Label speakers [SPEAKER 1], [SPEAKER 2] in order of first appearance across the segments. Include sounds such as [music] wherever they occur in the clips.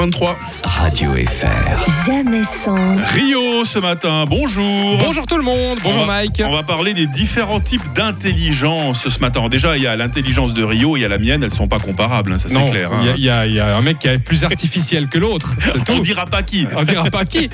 [SPEAKER 1] 23.
[SPEAKER 2] Radio FR.
[SPEAKER 3] Jamais sans,
[SPEAKER 1] Rio ce matin, bonjour.
[SPEAKER 4] Bonjour tout le monde, bonjour
[SPEAKER 1] On va-
[SPEAKER 4] Mike.
[SPEAKER 1] On va parler des différents types d'intelligence ce matin. Déjà, il y a l'intelligence de Rio, il y a la mienne, elles sont pas comparables, hein, ça c'est
[SPEAKER 4] Non,
[SPEAKER 1] clair. hein.
[SPEAKER 4] il y a- il y, a- il y a un mec qui est plus artificiel
[SPEAKER 1] [laughs]
[SPEAKER 4] que l'autre, c'est
[SPEAKER 1] On
[SPEAKER 4] tout. Ah,
[SPEAKER 1] dira pas qui.
[SPEAKER 4] On dira pas qui.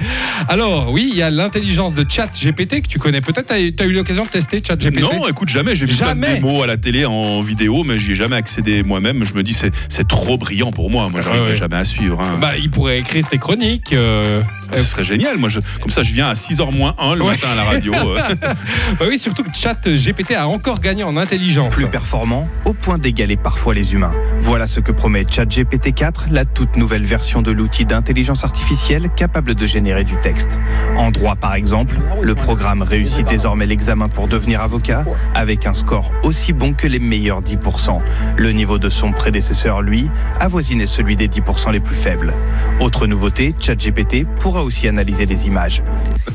[SPEAKER 4] Alors, oui, il y a l'intelligence de chat GPT que tu connais peut-être. Tu as eu l'occasion de tester chat GPT
[SPEAKER 1] Non, écoute, jamais. J'ai vu plein de
[SPEAKER 4] Jamais.
[SPEAKER 1] démos à la télé en vidéo, mais j'y ai jamais accédé moi-même. Je me dis, c'est, c'est trop brillant pour moi. Moi, j'arriverai
[SPEAKER 4] ouais.
[SPEAKER 1] jamais à suivre. hein.
[SPEAKER 4] Bah, il pourrait écrire tes chroniques. euh,
[SPEAKER 1] Ce serait génial. Moi, je- comme ça, je viens à 6h moins 1 le matin à la radio.
[SPEAKER 4] [laughs]
[SPEAKER 1] euh.
[SPEAKER 4] bah oui, surtout que chat GPT a encore gagné en intelligence.
[SPEAKER 5] Plus performant, au point d'égaler parfois les humains. Voilà ce que promet ChatGPT 4, la toute nouvelle version de l'outil d'intelligence artificielle capable de générer du texte. En droit par exemple, le programme réussit désormais l'examen pour devenir avocat avec un score aussi bon que les meilleurs 10%. Le niveau de son prédécesseur, lui, avoisinait celui des 10% les plus faibles. Autre nouveauté, ChatGPT pourra aussi analyser les images.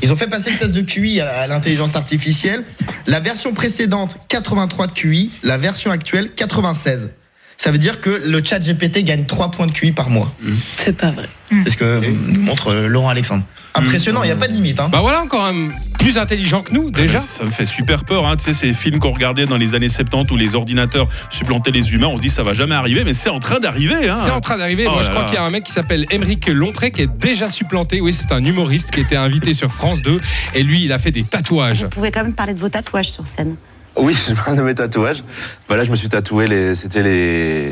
[SPEAKER 6] Ils ont fait passer le test de QI à à l'intelligence artificielle. La version précédente, 83 de QI. La version actuelle, 96. Ça veut dire que le chat GPT gagne 3 points de QI par mois.
[SPEAKER 7] C'est pas vrai.
[SPEAKER 6] C'est ce que nous montre euh, Laurent Alexandre. Impressionnant, il n'y a pas de limite. Hein.
[SPEAKER 4] Bah voilà, encore un plus intelligent que nous, déjà.
[SPEAKER 1] Ça me fait super peur. hein. Tu sais, ces films qu'on regardait dans les années 70 où les ordinateurs supplantaient les humains, on se dit, ça va jamais arriver, mais c'est en train d'arriver. hein.
[SPEAKER 4] C'est en train d'arriver.
[SPEAKER 1] Oh
[SPEAKER 4] Moi, je
[SPEAKER 1] là
[SPEAKER 4] crois
[SPEAKER 1] là.
[SPEAKER 4] qu'il y a un mec qui s'appelle Émeric Lompré qui est déjà supplanté. Oui, c'est un humoriste qui était invité sur France 2 et lui, il a fait des tatouages.
[SPEAKER 8] Vous pouvez quand même parler de vos tatouages sur scène.
[SPEAKER 9] Oui, [laughs] je parle de mes tatouages. Bah là, je me suis tatoué les. C'était les.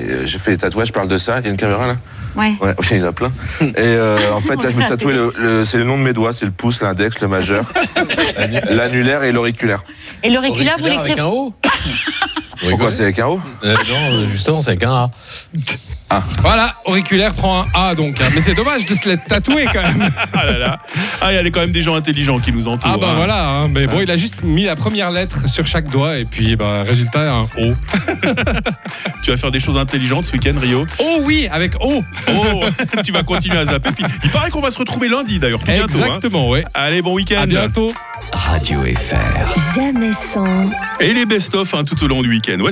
[SPEAKER 9] euh, J'ai fait les tatouages, je parle de ça. Il y a une caméra là
[SPEAKER 8] Ouais.
[SPEAKER 9] Ouais, [laughs] oui, il y en a plein. Et euh, en fait, là, je me suis tatoué le. le- C'est le nom de mes doigts, c'est le pouce, l'index, le majeur, l'annu- l'annulaire et l'auriculaire.
[SPEAKER 8] Et l'auriculaire, vous
[SPEAKER 10] Auriculaire avec
[SPEAKER 8] l'écrivez.
[SPEAKER 10] un O
[SPEAKER 9] Pourquoi c'est avec un O
[SPEAKER 10] Euh, Non, justement, c'est avec un A.
[SPEAKER 4] Voilà, auriculaire prend un A donc. hein. Mais c'est dommage de se l'être tatoué quand
[SPEAKER 1] [laughs]
[SPEAKER 4] même.
[SPEAKER 1] Ah là là. Ah, il y a quand même des gens intelligents qui nous entourent.
[SPEAKER 4] Ah bah
[SPEAKER 1] hein.
[SPEAKER 4] voilà, hein. mais bon, il a juste mis la première lettre sur chaque doigt et puis bah, résultat, un O.
[SPEAKER 1] Tu vas faire des choses intelligentes ce week-end, Rio. [laughs]
[SPEAKER 4] Oh oui, avec O
[SPEAKER 1] Oh, [laughs] tu vas continuer à zapper. Puis, il paraît qu'on va se retrouver lundi d'ailleurs, tout bientôt. hein.
[SPEAKER 4] Exactement, ouais.
[SPEAKER 1] Allez, bon week-end.
[SPEAKER 4] À bientôt
[SPEAKER 2] Radio FR.
[SPEAKER 3] jamais sans.
[SPEAKER 1] Et les best-of hein, tout au long du week-end. Voici